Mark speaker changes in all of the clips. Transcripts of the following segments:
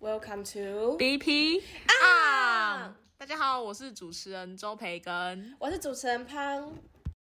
Speaker 1: Welcome to，
Speaker 2: BP
Speaker 1: 啊！
Speaker 2: 大家好，我是主持人周培根。
Speaker 1: 我是主持人潘。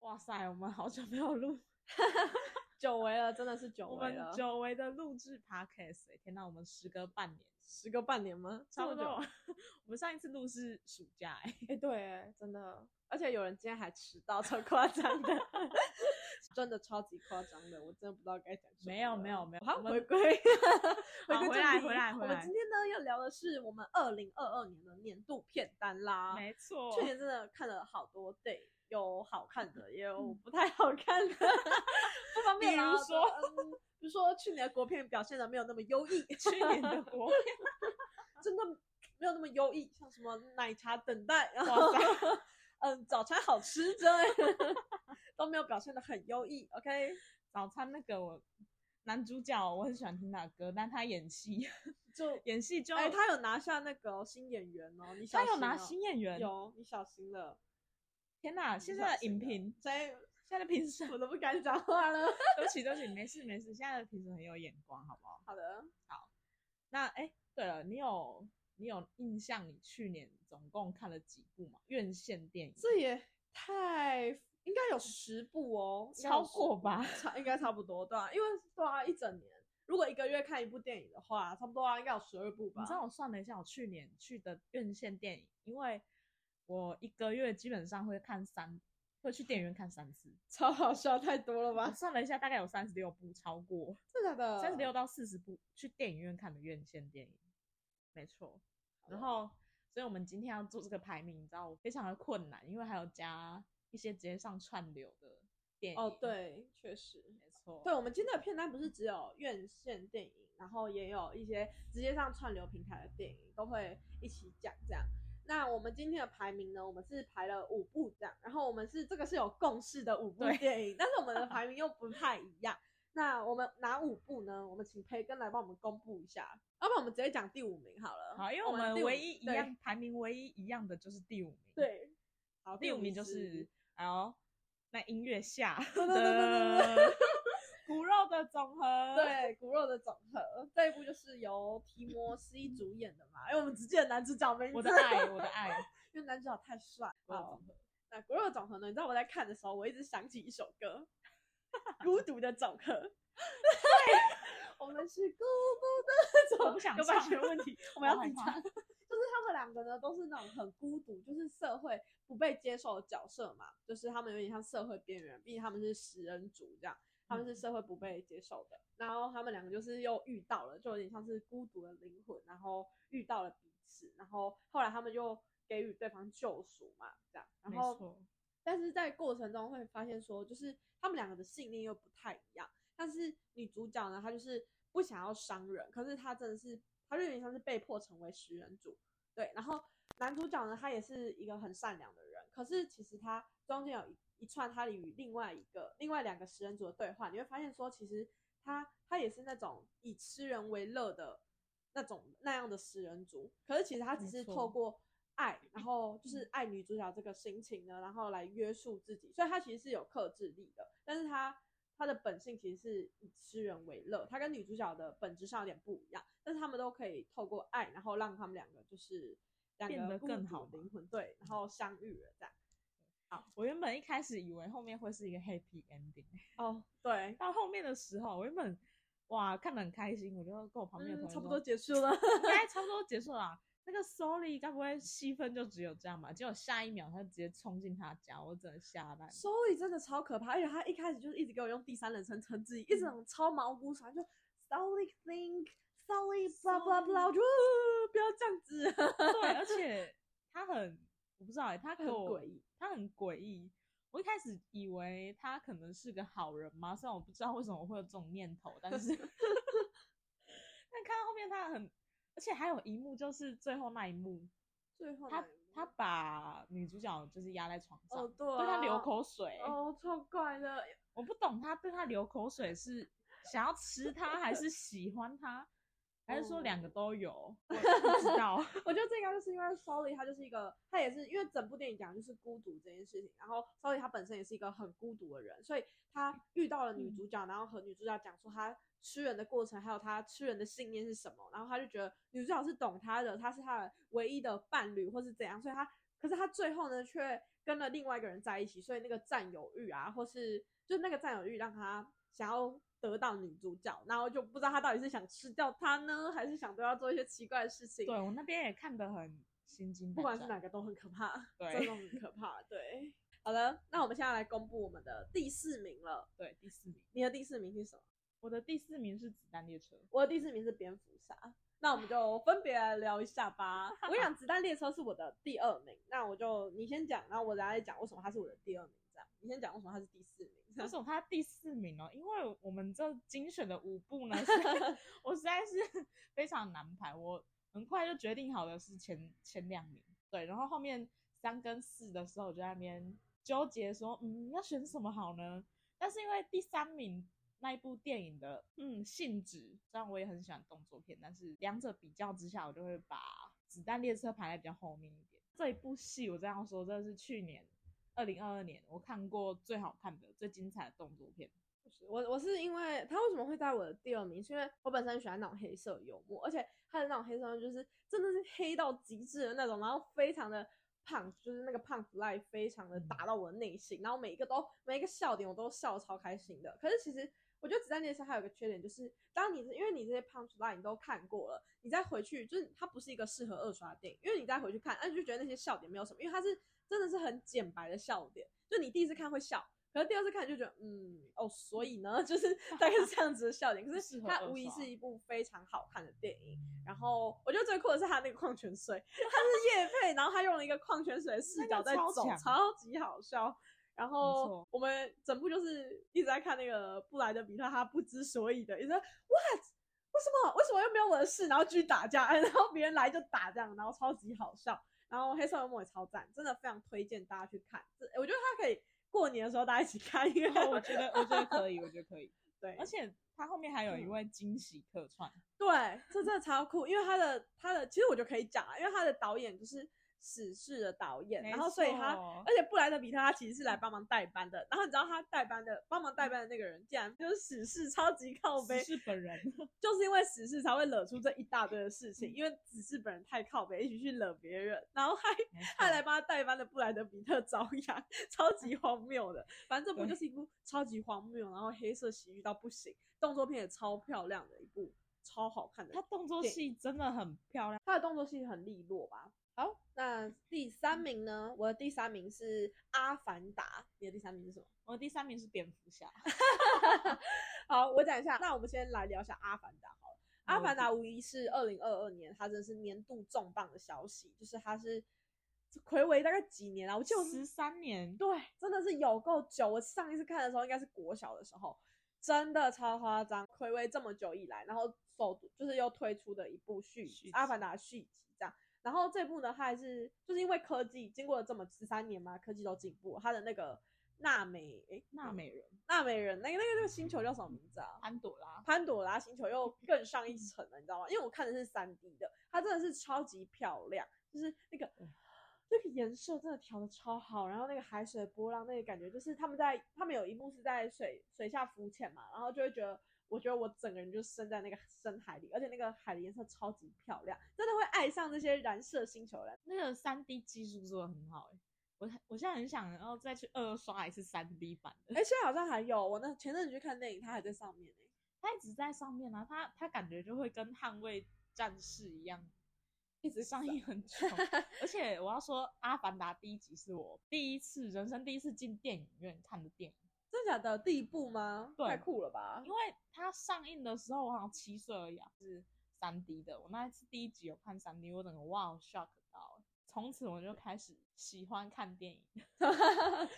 Speaker 3: 哇塞，我们好久没有录，久违了，真的是久
Speaker 1: 我
Speaker 3: 违
Speaker 1: 们
Speaker 3: 了。
Speaker 1: 久
Speaker 3: 久违的录制 podcast，、天
Speaker 1: 欸
Speaker 3: 哪，我们时隔半年，时隔半年吗？差不多。
Speaker 1: 这么
Speaker 3: 我们上一次录是暑假、
Speaker 1: 欸
Speaker 3: 哎、对、哎，真的， 而且有人今天还迟到，超夸张的， 真的超级夸张的，我真的不知道该讲什么。
Speaker 1: 没有没有没有
Speaker 3: 好
Speaker 1: 我们
Speaker 3: 回归， 回
Speaker 1: 好
Speaker 3: 归
Speaker 1: 回
Speaker 3: 正
Speaker 1: 来
Speaker 3: 题
Speaker 1: 回来回
Speaker 3: 我们
Speaker 1: 来
Speaker 3: 今天呢要聊的是我们二零二二年的年度片单啦。
Speaker 1: 没错
Speaker 3: 去年真的看了好多，对，有好看的，也有不太好看 的，不方便啦。
Speaker 1: 比如说
Speaker 3: 嗯，比如说去年的国片表现的没有那么优异，去
Speaker 1: 去年的 国片，
Speaker 3: 真的没有那么优异，像什么奶茶等 待，然后嗯，早餐好吃之类的 都没有表现的很优异。OK，
Speaker 1: 早餐那个我男主角我很喜欢听他的歌，但他演戏
Speaker 3: 就
Speaker 1: 演戏就
Speaker 3: 哎、他有拿下那个哦新演员哦，你小
Speaker 1: 他
Speaker 3: 心、哦、
Speaker 1: 有拿新演员，
Speaker 3: 有，你小心了。
Speaker 1: 天哪！现在
Speaker 3: 哦
Speaker 1: 的影评，
Speaker 3: 谁？
Speaker 1: 现在的评审，
Speaker 3: 我都不敢讲话了。
Speaker 1: 对不起对不起，没事没事，现在的评审很有眼光，好不好？
Speaker 3: 好的，
Speaker 1: 那哎、对了，你有你有印象你去年总共看了几部吗？院线电影？
Speaker 3: 这也太应该有十部哦，应该有
Speaker 1: 超过吧
Speaker 3: 十部？差应该差不多，对啊，因为对啊，一整年如果一个月看一部电影的话，差不多啊，应该有十二部吧。
Speaker 1: 你知道我算了一下，我去年去的院线电影，因为我一个月基本上会看三，会去电影院看三次。
Speaker 3: 超好笑，太多了
Speaker 1: 我
Speaker 3: 吧？
Speaker 1: 算了一下，大概有三十六部，超过
Speaker 3: 真的假的？
Speaker 1: 三十六到四十部去电影院看的院线电影，没错。然后，所以我们今天要做这个排名，你知道我非常的困难，因为还有加一些直接上串流的电影。
Speaker 3: 哦，，对，确实。
Speaker 1: 没错。
Speaker 3: 对，我们今天的片单不是只有院线电影，然后也有一些直接上串流平台的电影都会一起讲这样。那我们今天的排名呢，我们是排了五部这样，然后我们是这个是有共识的五部
Speaker 1: 对
Speaker 3: 电影，但是我 们的排名又不太一样。那我们哪五部呢？我们请培根来帮我们公布一下，要不然我们直接讲第五名好了。哦
Speaker 1: 好，因为我们
Speaker 3: 第五
Speaker 1: 唯一一
Speaker 3: 对
Speaker 1: 样排名唯一一样的就是第五名。，
Speaker 3: 对，好，
Speaker 1: 第五名就是哦，那音乐下
Speaker 3: 对对对对
Speaker 1: 的 骨肉的总 和。，
Speaker 3: 对，骨肉的总和这一部就是由提摩西主演的嘛，因为我们只记得男主角名字，
Speaker 1: 我的爱，我的爱。
Speaker 3: 因为男主角太帅。
Speaker 1: 骨肉
Speaker 3: 好，那骨肉的总和呢？你知道我在看的时候，我一直想起一首歌，《孤独的总和》。 我们是孤独的总和，
Speaker 1: 我不想
Speaker 3: 有版
Speaker 1: 唱
Speaker 3: 权问题， 我们要自己
Speaker 1: 好
Speaker 3: 唱。
Speaker 1: 害
Speaker 3: 就是他们两个呢，都是那种很孤独，就是社会不被接受的角色嘛，就是他们有点像社会边缘人，毕竟他们是食人族这样。他
Speaker 1: 嗯
Speaker 3: 们是社会不被接受的。然后他们两个就是又遇到了，就有点像是孤独的灵魂，然后遇到了彼此，然后后来他们就给予对方救赎嘛，这样。然
Speaker 1: 没
Speaker 3: 后，
Speaker 1: 错，
Speaker 3: 但是在过程中会发现说，就是他们两个的信念又不太一样。但是女主角呢，她就是不想要伤人，可是她真的是，她就有点像是被迫成为食人族，对。然后男主角呢，他也是一个很善良的人，可是其实他中间有一一串他与另外一个、另外两个食人族的对话，你会发现说，其实他他也是那种以吃人为乐的那种那样的食人族，可是其实他只
Speaker 1: 没
Speaker 3: 是
Speaker 1: 错
Speaker 3: 透过爱，然后
Speaker 1: 嗯
Speaker 3: 就是爱女主角这个心情呢，然后来约束自己，所以他其实是有克制力的，但是他。他的本性其实是以吃人为乐，他跟女主角的本质上有点不一样，但是他们都可以透过爱，然后让他们两个就是两
Speaker 1: 变
Speaker 3: 个
Speaker 1: 得
Speaker 3: 孤
Speaker 1: 更
Speaker 3: 独
Speaker 1: 好
Speaker 3: 灵魂对，然后相遇了这样。
Speaker 1: 我原本一开始以为后面会是一个 happy ending，
Speaker 3: 哦，对，
Speaker 1: 到后面的时候，我原本哇看得很开心，我就跟我旁边的
Speaker 3: 嗯，
Speaker 1: 同
Speaker 3: 差
Speaker 1: 学说
Speaker 3: 不多结束了。
Speaker 1: 应该差不多结束了啊。那个 sorry 该不会戏份就只有这样吧？结果下一秒他就直接冲进他家，我真的吓烂。
Speaker 3: 收尾真的超可怕，而且他一开始就是一直给我用第三人称称自己，一
Speaker 1: 嗯
Speaker 3: 直那种超毛骨悚然，就 sorry think sorry blah blah blah，我就、呃不要这样子，
Speaker 1: 对，而且他很，我不知道哎、他给
Speaker 3: 很
Speaker 1: 我
Speaker 3: 诡，异。
Speaker 1: 他很诡异。我一开始以为他可能是个好人嘛，虽然我不知道为什么会有这种念头，但 是，但看到后面他很，而且还有一幕就是最后那一幕，
Speaker 3: 最后
Speaker 1: 他
Speaker 3: 哪一幕
Speaker 1: 他把女主角就是压在床上，
Speaker 3: 哦对、啊，
Speaker 1: 对他流口水，
Speaker 3: 哦，超怪的，
Speaker 1: 我不懂他对他流口水是想要吃他还是喜欢他？还是说两个
Speaker 3: 哦
Speaker 1: 都有？我不知道。
Speaker 3: 我觉得这应该就是因为 Sully 他就是一个，他也是因为整部电影讲的就是孤独这件事情，然后 Sully 他本身也是一个很孤独的人，所以他遇到了女主角，然后和女主角讲说他吃人的过程，还有他吃人的信念是什么，然后他就觉得女主角是懂他的，他是他的唯一的伴侣或是怎样，所以他可是他最后呢却跟了另外一个人在一起，所以那个占有欲啊，或是就那个占有欲让他想要。得到女主角，然后就不知道他到底是想吃掉她呢，还是想对她做一些奇怪的事情。
Speaker 1: 对我那边也看得很心惊胆战，
Speaker 3: 不管是哪个都很可怕，
Speaker 1: 对
Speaker 3: 真的很可怕。对，好了，那我们现在来公布我们的第四名了。
Speaker 1: 对第四名，
Speaker 3: 你的第四名是什么？
Speaker 1: 我的第四名是子弹列车。
Speaker 3: 我的第四名是蝙蝠侠。那我们就分别来聊一下吧。我跟你讲，子弹列车是我的第二名，那我就你先讲，然后我等下再讲为什么它是我的第二名。这样，你先讲为什么它是第四名。这
Speaker 1: 为
Speaker 3: 样
Speaker 1: 什么他第四名哦呢？因为我们这精选的五部呢，是我实在是 非常难排，我很快就决定好的是前前两名，对，然后后面三跟四的时候，我就在那边纠结说，嗯，要选什么好呢？但是因为第三名那一部电影的嗯性质，虽然我也很喜欢动作片，但是两者比较之下，我就会把《子弹列车》排在比较后面一点。这一部戏，我这样说，真的是去年二零二二年我看过最好看的、最精彩的动作片。
Speaker 3: 我我是因为它为什么会在我的第二名，是因为我本身很喜欢那种黑色幽默，而且它的那种黑色幽默就是真的是黑到极致的那种，然后非常的胖，就是那个胖子赖非常的打到我的内心，然后每一个都每一个笑点我都笑得超开心的。可是其实我觉得子弹列车还有一个缺点就是，当你因为你这些 punch line 你都看过了，你再回去就是它不是一个适合二刷的电影，因为你再回去看，哎、你就觉得那些笑点没有什么，因为它是真的是很简白的笑点，就你第一次看会笑。可是第二次看就觉得，嗯，哦，所以呢， 就是 大概是这样子的笑点。可是
Speaker 1: 适合
Speaker 3: 它
Speaker 1: 二
Speaker 3: 无疑
Speaker 1: 刷
Speaker 3: 是一部非常好看的电影。然后我觉得最酷的是它那个矿泉水，它是叶配，然后他用了一个矿泉水的视
Speaker 1: 那
Speaker 3: 角
Speaker 1: 个
Speaker 3: 在
Speaker 1: 超
Speaker 3: 走，
Speaker 1: 强
Speaker 3: 超级好笑。然后
Speaker 1: 错
Speaker 3: 我们整部就是一直在看那个布莱德比特，他不知所以的，一直在 what 为什么为什么又没有我的事，然后继续打架， 然后别人来就打这样，然后超级好笑。然后黑色幽默也超赞，真的非常推荐大家去看。这我觉得它可以过年的时候大家一起看，因为
Speaker 1: 然后哦我觉得，我觉得可以，我觉得可以。
Speaker 3: 对，
Speaker 1: 而且它后面还有一
Speaker 3: 嗯
Speaker 1: 位惊喜客串，
Speaker 3: 对，这真的超酷，因为他的他的其实我就可以讲啊，因为他的导演就是史诗的导演，
Speaker 1: 没
Speaker 3: 然后所以他
Speaker 1: 错
Speaker 3: 而且布莱德比特他其实是来帮忙代班的，然后你知道他代班的帮忙代班的那个人竟然就是史诗超级靠背，
Speaker 1: 是本人。
Speaker 3: 就是因为史诗才会惹出这一大堆的事情，
Speaker 1: 嗯
Speaker 3: 因为史诗本人太靠北，一起去惹别人，然 后还
Speaker 1: 没
Speaker 3: 还
Speaker 1: 错
Speaker 3: 来帮他代班的布莱德比特遭殃，超 级荒谬的。反正这部就
Speaker 1: 对
Speaker 3: 是一部超级荒谬，然后黑色喜剧到不行，动作片也超漂亮的一部，超好看的
Speaker 1: 他。动作
Speaker 3: 对
Speaker 1: 戏真的很漂亮。
Speaker 3: 他的动作戏很利落吧？好，那第
Speaker 1: 嗯
Speaker 3: 三名呢？我的第三名是《阿凡达》，你的第三名是什么？
Speaker 1: 我的第三名是蝙蝠侠，
Speaker 3: 好，我讲一下。那我们先来聊一下《阿凡达》好了，《阿
Speaker 1: 好
Speaker 3: 凡达》无疑是二零二二年它真的是年度重磅的消息，就是它是暌违大概几年啊了，我记得我是
Speaker 1: 十三年，
Speaker 3: 对，真的是有够久。我上一次看的时候应该是国小的时候，真的超夸张，暌违这么久以来，然后首就是又推出的一部续集
Speaker 1: 续
Speaker 3: 《阿
Speaker 1: 集
Speaker 3: 凡达》续集这样。然后这部呢，它还是就是因为科技经过了这么十三年嘛，科技都进步了，它的那个纳美诶
Speaker 1: 娜美人、
Speaker 3: 纳美人那个那个那个星球叫什么名字啊？
Speaker 1: 潘朵拉，
Speaker 3: 潘朵拉星球又更上一层了，你知道吗？因为我看的是三 D 的，它真的是超级漂亮，就是那个
Speaker 1: 嗯
Speaker 3: 那个颜色真的调的超好，然后那个海水波浪那个感觉，就是他们在他们有一幕是在水水下浮潜嘛，然后就会觉得。我觉得我整个人就身在那个深海里，而且那个海的颜色超级漂亮，真的会爱上这些燃射星球人。
Speaker 1: 那个三 D 技术做的很好、欸，我我现在很想要再去二刷一次三 D 版的。
Speaker 3: 哎、现在好像还有，我那前阵子去看电影，它还在上面呢、
Speaker 1: 他一直在上面啊，他他感觉就会跟捍卫战士一样，一直上映很久。而且我要说，《阿凡达》第一集是我第一次人生第一次进电影院看的电影，
Speaker 3: 真的假的？第一部吗？
Speaker 1: 对
Speaker 3: 太酷了吧！
Speaker 1: 因为它上映的时候我好像七岁而已、啊，是三 D 的。我那一次第一集有看三 D，我整个哇 shock 到，从此我就开始喜欢看电影，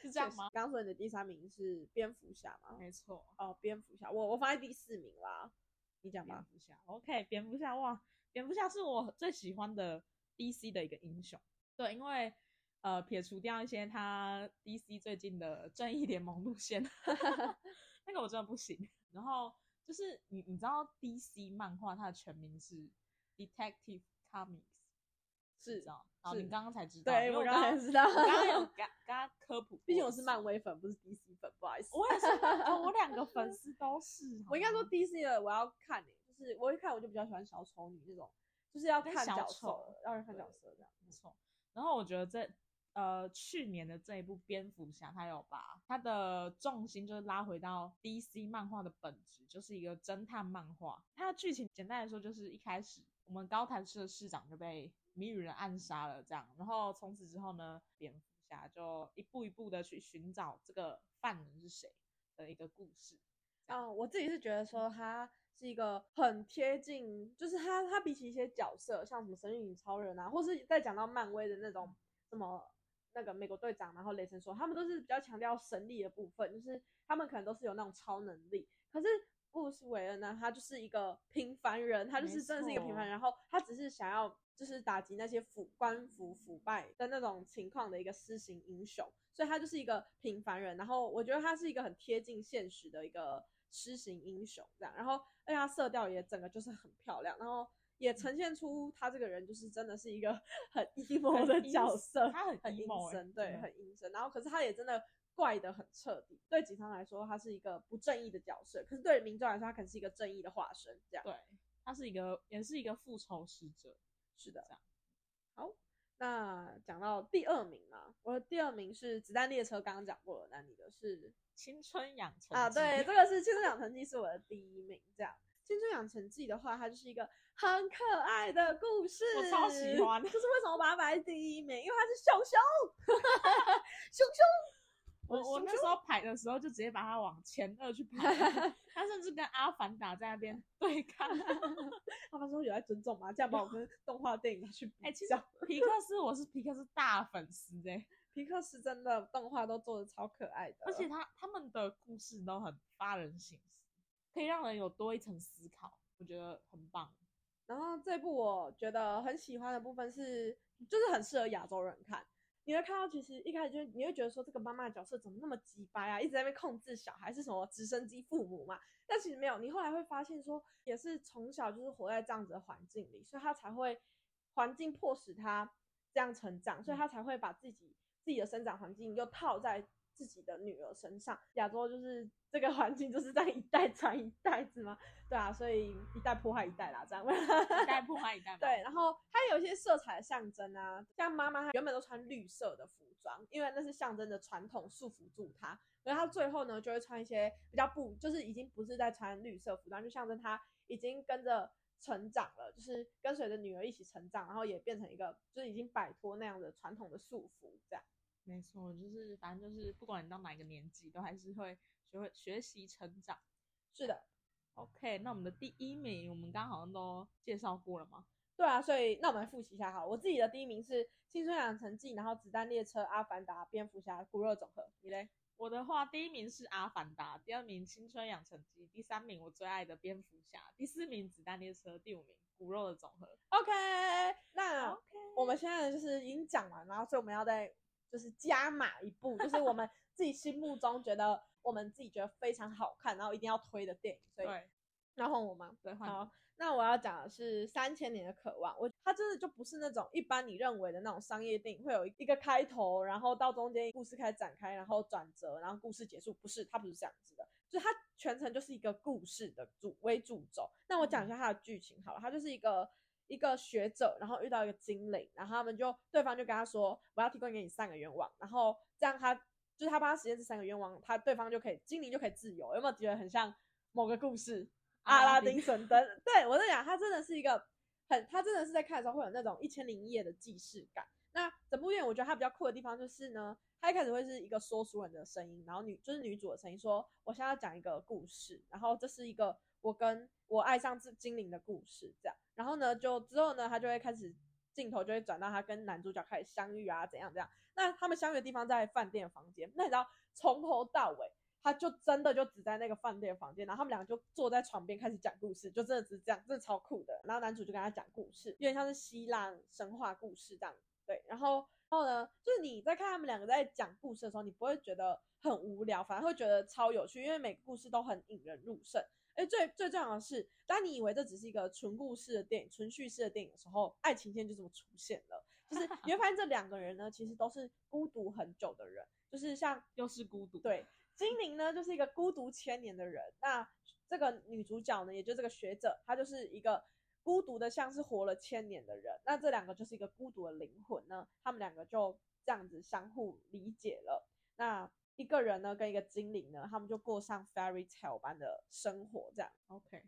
Speaker 1: 是这样吗？
Speaker 3: 刚说你的第三名是蝙蝠侠吗？
Speaker 1: 没错，
Speaker 3: 哦，蝙蝠侠，我我放在第四名啦。你讲
Speaker 1: 蝙
Speaker 3: 吧。
Speaker 1: 蝠侠。OK，蝙蝠侠哇，蝙蝠侠是我最喜欢的 DC 的一个英雄。对，因为呃，撇除掉一些他 DC 最近的正义联盟路线，那个我真的不行。然后就是你你知道 DC 漫画它的全名是 Detective Comics，
Speaker 3: 是
Speaker 1: 知道？好，
Speaker 3: 是
Speaker 1: 你刚刚才知道，因
Speaker 3: 对
Speaker 1: 为我
Speaker 3: 我
Speaker 1: 刚
Speaker 3: 刚才
Speaker 1: 刚
Speaker 3: 知道
Speaker 1: 我刚刚有跟跟他科普，
Speaker 3: 毕竟我是漫，威粉，不是 DC 粉，不好意思。
Speaker 1: 我 也是漫威，我两个粉丝都是。
Speaker 3: 我应该说
Speaker 1: 好吗啊
Speaker 3: DC 的我要看、欸，就是我一看我就比较喜欢小丑女那种，就是要
Speaker 1: 跟
Speaker 3: 看
Speaker 1: 小
Speaker 3: 角
Speaker 1: 丑
Speaker 3: 色，让人看角
Speaker 1: 对
Speaker 3: 色这样。
Speaker 1: 没错。然后我觉得这呃去年的这一部蝙蝠侠，它有把它的重心就是拉回到 DC 漫画的本质，就是一个侦探漫画。它的剧情简单来说就是一开始我们高谭市的市长就被谜语人暗杀了，这样，然后从此之后呢，蝙蝠侠就一步一步的去寻找这个犯人是谁的一个故事。
Speaker 3: 嗯，我自己是觉得说他是一个很贴近，就是他他比起一些角色，像什么神力女超人啊，或是在讲到漫威的那种什么那个美国队长，然后雷神说，他们都是比较强调神力的部分，就是他们可能都是有那种超能力，可是。布鲁斯韦恩呢，他就是一个平凡人，他就
Speaker 1: 没
Speaker 3: 是真的是一个平凡人，然后他只是想要就是打击那些腐官腐腐败的那种情况的一个施行英雄，所以他就是一个平凡人。然后我觉得他是一个很贴近现实的一个施行英雄这样，然后而且他色调也整个就是很漂亮，然后也呈现出他这个人就是真的是一个 很 emo
Speaker 1: 很
Speaker 3: 的
Speaker 1: 阴
Speaker 3: 角
Speaker 1: 森
Speaker 3: 色，
Speaker 1: 他 很
Speaker 3: 很阴
Speaker 1: emo 欸
Speaker 3: 森，
Speaker 1: 真
Speaker 3: 对，
Speaker 1: 的
Speaker 3: 很阴森。然后可是他也真的。怪得很彻底，对警察来说，他是一个不正义的角色；可是对民众来说，他可能是一个正义的化身。这样，
Speaker 1: 对，他是一个也是一个复仇使者。
Speaker 3: 是的
Speaker 1: 这样。
Speaker 3: 好，那讲到第二名嘛，我的第二名是《子弹列车》，刚刚讲过了，那你的是
Speaker 1: 青春养成
Speaker 3: 啊，
Speaker 1: 记
Speaker 3: 对，这个是《青春养成记》是我的第一名，这样。《青春养成记》的话，它就是一个很可爱的故事，
Speaker 1: 我超喜欢
Speaker 3: 就是为什么我把它摆在第一名，因为它是熊熊，熊熊。
Speaker 1: 我
Speaker 3: 我
Speaker 1: 我
Speaker 3: 胸
Speaker 1: 那
Speaker 3: 胸
Speaker 1: 时候排的时候就直接把它往前二去 排， 他甚至跟阿凡达在那边对抗。
Speaker 3: 他们说有在尊重吗？这样把我跟动画电影去比较。
Speaker 1: 哎、其实皮克斯我是皮克斯大粉丝哎、
Speaker 3: 皮克斯真的动画都做的超可爱的，
Speaker 1: 而且他他们的故事都很发人深思，可以让人有多一层思考，我觉得很棒。
Speaker 3: 然后这部我觉得很喜欢的部分是，就是很适合亚洲人看。你会看到，其实一开始就你会觉得说，这个妈妈的角色怎么那么鸡掰啊，一直在那边控制小孩，是什么直升机父母嘛？但其实没有，你后来会发现说，也是从小就是活在这样子的环境里，所以他才会环境迫使他这样成长，
Speaker 1: 嗯
Speaker 3: 所以他才会把自己自己的生长环境又套在自己的女儿身上。亚洲就是这个环境就是这样一代传一代子嘛，对啊，所以一代迫害一代啦，这样。
Speaker 1: 一代不欢一代嘛，
Speaker 3: 对，，然后它有一些色彩的象征啊，像妈妈她原本都穿绿色的服装，因为那是象征着传统束缚住她，然后她最后呢就会穿一些比较不，就是已经不是在穿绿色服装，就象征她已经跟着成长了，就是跟随着女儿一起成长，然后也变成一个就是已经摆脱那样的传统的束缚这样。
Speaker 1: 没错，就是反正就是不管你到哪个年纪，都还是会学会学习成长。
Speaker 3: 是的，
Speaker 1: OK，那我们的第一名，我们刚刚好像都介绍过了嘛？
Speaker 3: 对啊，所以那我们来复习一下好了，我自己的第一名是《青春养成记》，然后《子弹列车》、《阿凡达》、《蝙蝠侠》、《骨肉总和》，你嘞？
Speaker 1: 我的话，第一名是《阿凡达》，第二名《青春养成记》，第三名我最爱的《蝙蝠侠》，第四名《子弹列车》，第五名《骨肉的总和》。
Speaker 3: OK，那
Speaker 1: OK
Speaker 3: 我们现在就是已经讲完，然后所以我们要再就是加码一步，就是我们自己心目中觉得我们自己觉得非常好看，然后一定要推的电影。所以，
Speaker 1: 对
Speaker 3: 然后我吗？
Speaker 1: 对，换你
Speaker 3: 好，那我要讲的是《三千年的渴望》，我它真的就不是那种一般你认为的那种商业电影，会有一个开头，然后到中间故事开始展开，然后转折，然后故事结束，不是，它不是这样子的，就是它全程就是一个故事的主为主轴。那我讲一下它的剧情好了，它就是一个。一个学者，然后遇到一个精灵，然后他们就对方就跟他说，我要提供给你三个愿望，然后这样他就是他帮他实现这三个愿望，他对方就可以精灵就可以自由，有没有觉得很像某个故事？阿
Speaker 1: 阿拉
Speaker 3: 拉
Speaker 1: 丁
Speaker 3: 丁神灯。对我在讲，它真的是一个很，它真的是在看的时候会有那种一千零一夜的既视感。那整部电影我觉得它比较酷的地方就是呢，它一开始会是一个说书人的声音，然后女就是女主的声音说，我现在要讲一个故事，然后这是一个我跟我爱上这精灵的故事，这样。然后呢，就之后呢，他就会开始镜头就会转到他跟男主角开始相遇啊，怎样怎样。那他们相遇的地方在饭店房间，那你知道从头到尾。他就真的就只在那个饭店房间，然后他们两个就坐在床边开始讲故事，就真的只是这样，真的超酷的。然后男主就跟他讲故事，有点像是希腊神话故事这样。对，然后然后呢，就是你在看他们两个在讲故事的时候，你不会觉得很无聊，反而会觉得超有趣，因为每个故事都很引人入胜。哎，最最重要的是，当你以为这只是一个纯故事的电影、纯叙事的电影的时候，爱情线就这么出现了。就是你会发现这两个人呢，其实都是孤独很久的人，就是像
Speaker 1: 又是孤独，，
Speaker 3: 对，精灵呢就是一个孤独千年的人。那这个女主角呢，也就是这个学者，她就是一个孤独的，像是活了千年的人。那这两个就是一个孤独的灵魂呢，他们两个就这样子相互理解了。那一个人呢，跟一个精灵呢，他们就过上 fairy tale 般的生活，这样。
Speaker 1: OK，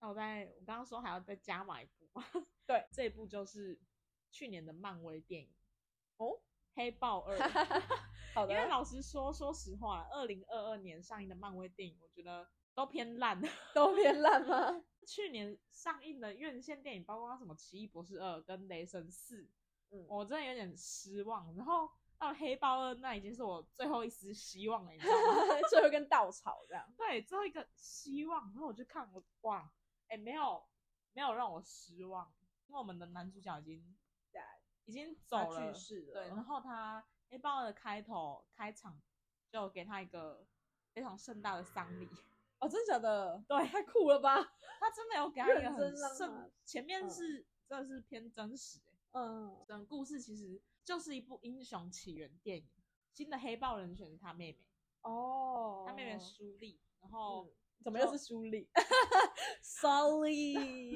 Speaker 1: 那我再我刚刚说还要再加码一部 嘛，
Speaker 3: 对，
Speaker 1: 这一部就是去年的漫威电影《
Speaker 3: 哦，
Speaker 1: 黑豹二》。
Speaker 3: 好的
Speaker 1: 因，为老实说，说实话，二零二二年上映的漫威电影，我觉得都偏烂。
Speaker 3: 都变烂 吗？
Speaker 1: 去年上映的院线电影，包括什么《奇异博士二》跟《雷神四》，
Speaker 3: 嗯
Speaker 1: 我真的有点失望。然后到了《黑豹二》，那已经是我最后一丝希望了，你知道吗？
Speaker 3: 最后一根稻草这样。
Speaker 1: 对，最后一个希望。然后我就看我哇，哎、没有没有让我失望，因为我们的男主角已经已经走
Speaker 3: 他
Speaker 1: 了，
Speaker 3: 去世了
Speaker 1: 对，然后他黑豹二的开头开场就给他一个非常盛大的丧礼，
Speaker 3: 哦，真的假的？
Speaker 1: 对
Speaker 3: 太酷了吧？
Speaker 1: 他真的有给他一个
Speaker 3: 认
Speaker 1: 很
Speaker 3: 真让他
Speaker 1: 盛，前面
Speaker 3: 嗯
Speaker 1: 是、真的是偏真实、欸，
Speaker 3: 嗯，
Speaker 1: 整个故事其实就是一部英雄起源电影。新的黑豹人选是他妹妹，
Speaker 3: 哦，
Speaker 1: 他妹妹苏丽，然后、
Speaker 3: 嗯怎么又是苏 丽 ？Sorry，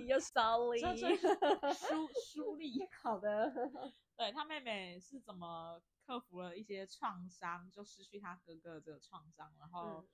Speaker 3: 又 Sorry
Speaker 1: 这这苏苏丽，
Speaker 3: 嗯 好的，
Speaker 1: 对他妹妹是怎么克服了一些创伤，就失去他哥哥的这个创伤，然后
Speaker 3: 嗯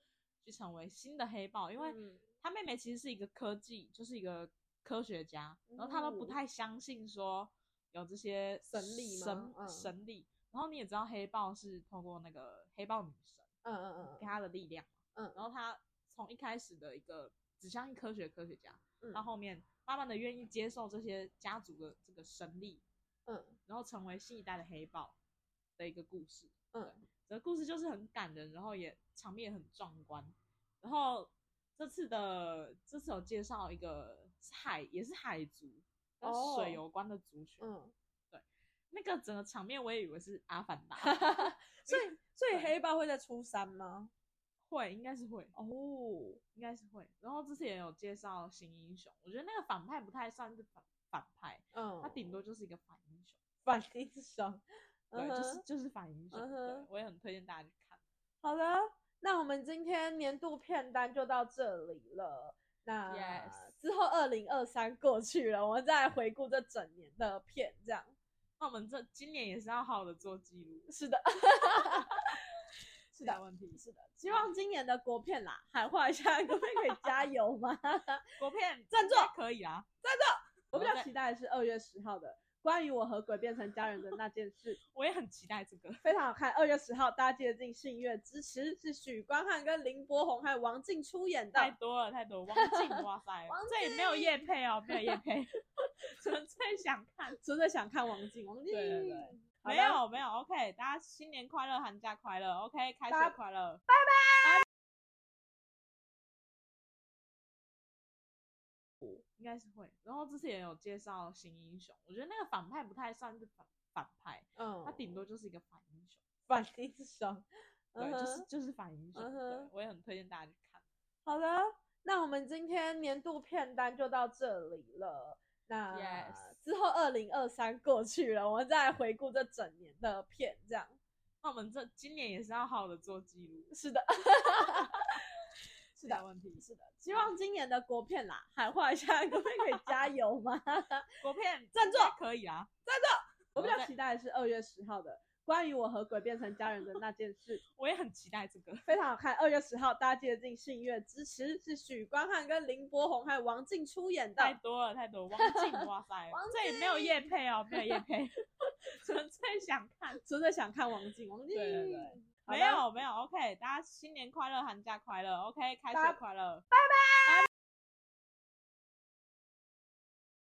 Speaker 1: 去成为新的黑豹。因为
Speaker 3: 嗯
Speaker 1: 他妹妹其实是一个科技，就是一个科学家，然后他都不
Speaker 3: 哦
Speaker 1: 太相信说有这些
Speaker 3: 神力吗
Speaker 1: 神
Speaker 3: 嗯
Speaker 1: 神力。然后你也知道，黑豹是透过那个黑豹女神
Speaker 3: 嗯嗯
Speaker 1: 给他的力量嘛，
Speaker 3: 嗯
Speaker 1: 然后他从一开始的一个只相信科学的科学家，
Speaker 3: 嗯，
Speaker 1: 到后面慢慢的愿意接受这些家族的这个神力，
Speaker 3: 嗯
Speaker 1: 然后成为新一代的黑豹的一个故事。
Speaker 3: 嗯
Speaker 1: 整个故事就是很感人，然后也场面也很壮观。然后这次的这次有介绍一个是海也是海族跟
Speaker 3: 哦
Speaker 1: 水有关的族群，
Speaker 3: 嗯，
Speaker 1: 那个整个场面我也以为是阿凡 达
Speaker 3: 所以所以
Speaker 1: 对
Speaker 3: 黑豹会在初三吗？
Speaker 1: 会，应该是会，
Speaker 3: 哦，
Speaker 1: 应该是会。然后这次也有介绍新英雄，我觉得那个反派不太算是反反派，
Speaker 3: 嗯，
Speaker 1: 他顶多就是一个反英雄，
Speaker 3: 反应 爽，
Speaker 1: 对，
Speaker 3: 嗯
Speaker 1: 就
Speaker 3: 哼
Speaker 1: 是就是反英雄。
Speaker 3: 嗯
Speaker 1: 对
Speaker 3: 哼，
Speaker 1: 我也很推荐大家去看。
Speaker 3: 好的，那我们今天年度片单就到这里了。那
Speaker 1: Yes
Speaker 3: 之后二零二三过去了，我们再来回顾这整年的片，这样
Speaker 1: 那我们这今年也是要好好的做记录，
Speaker 3: 是的，
Speaker 1: 是的问题。
Speaker 3: 是的，希望今年的国片啦，喊话一下国片可以加油吗？
Speaker 1: 国片
Speaker 3: 赞助
Speaker 1: 应该可以啊，
Speaker 3: 我比较
Speaker 1: 对
Speaker 3: 期待的是二月十号的关于我和鬼变成家人的那件事，
Speaker 1: 我也很期待这个。
Speaker 3: 非常好看。二月十号，大家记得进信乐支持，是许光汉跟林柏宏还有王静出演的。
Speaker 1: 太多了，太多了！王静， 哇塞，
Speaker 3: 王
Speaker 1: 这也没有叶配哦，没有叶 配，纯粹想看。
Speaker 3: 纯粹想看王静，王静，
Speaker 1: 对对对
Speaker 3: 好的
Speaker 1: 没有没有，OK，大家新年快乐，寒假快乐，OK，开
Speaker 3: 大
Speaker 1: 学快乐。拜拜。应该是会，然后这次也有介绍新英雄，我觉得那个反派不太算是反反派，
Speaker 3: 嗯，
Speaker 1: 他顶 多就是一个反英雄，
Speaker 3: 反应爽，
Speaker 1: 对，
Speaker 3: 嗯
Speaker 1: 就是
Speaker 3: 哼
Speaker 1: 就是反英雄。
Speaker 3: 嗯
Speaker 1: 对
Speaker 3: 哼，
Speaker 1: 我也很推荐大家去看。
Speaker 3: 好的，那我们今天年度片单就到这里了。那
Speaker 1: Yes
Speaker 3: 之后二零二三过去了，我们再来回顾这整年的片，这样
Speaker 1: 那我们这今年也是要好好的做记录，
Speaker 3: 是的，
Speaker 1: 是的问题。
Speaker 3: 是的，希望今年的国片啦，喊话一下各位可以加油吗？
Speaker 1: 国片
Speaker 3: 赞助
Speaker 1: 应该可以啊，
Speaker 3: 我比较
Speaker 1: 在
Speaker 3: 期待的是二月十号的关于我和鬼变成家人的那件事，
Speaker 1: 我也很期待这个。
Speaker 3: 非常好看。二月十号，大家记得进信乐支持，是许光汉跟林柏宏还有王静出演的
Speaker 1: 太。多了，太多了！王静， 哇塞，
Speaker 3: 王
Speaker 1: 这也没有
Speaker 3: 静
Speaker 1: 叶配哦，没有叶 配，纯粹想看。
Speaker 3: 真的想看王静，王静
Speaker 1: 对对对
Speaker 3: 好的
Speaker 1: 没有没有，OK，大家新年快乐，寒假快乐，OK，开
Speaker 3: 大家
Speaker 1: 学快乐。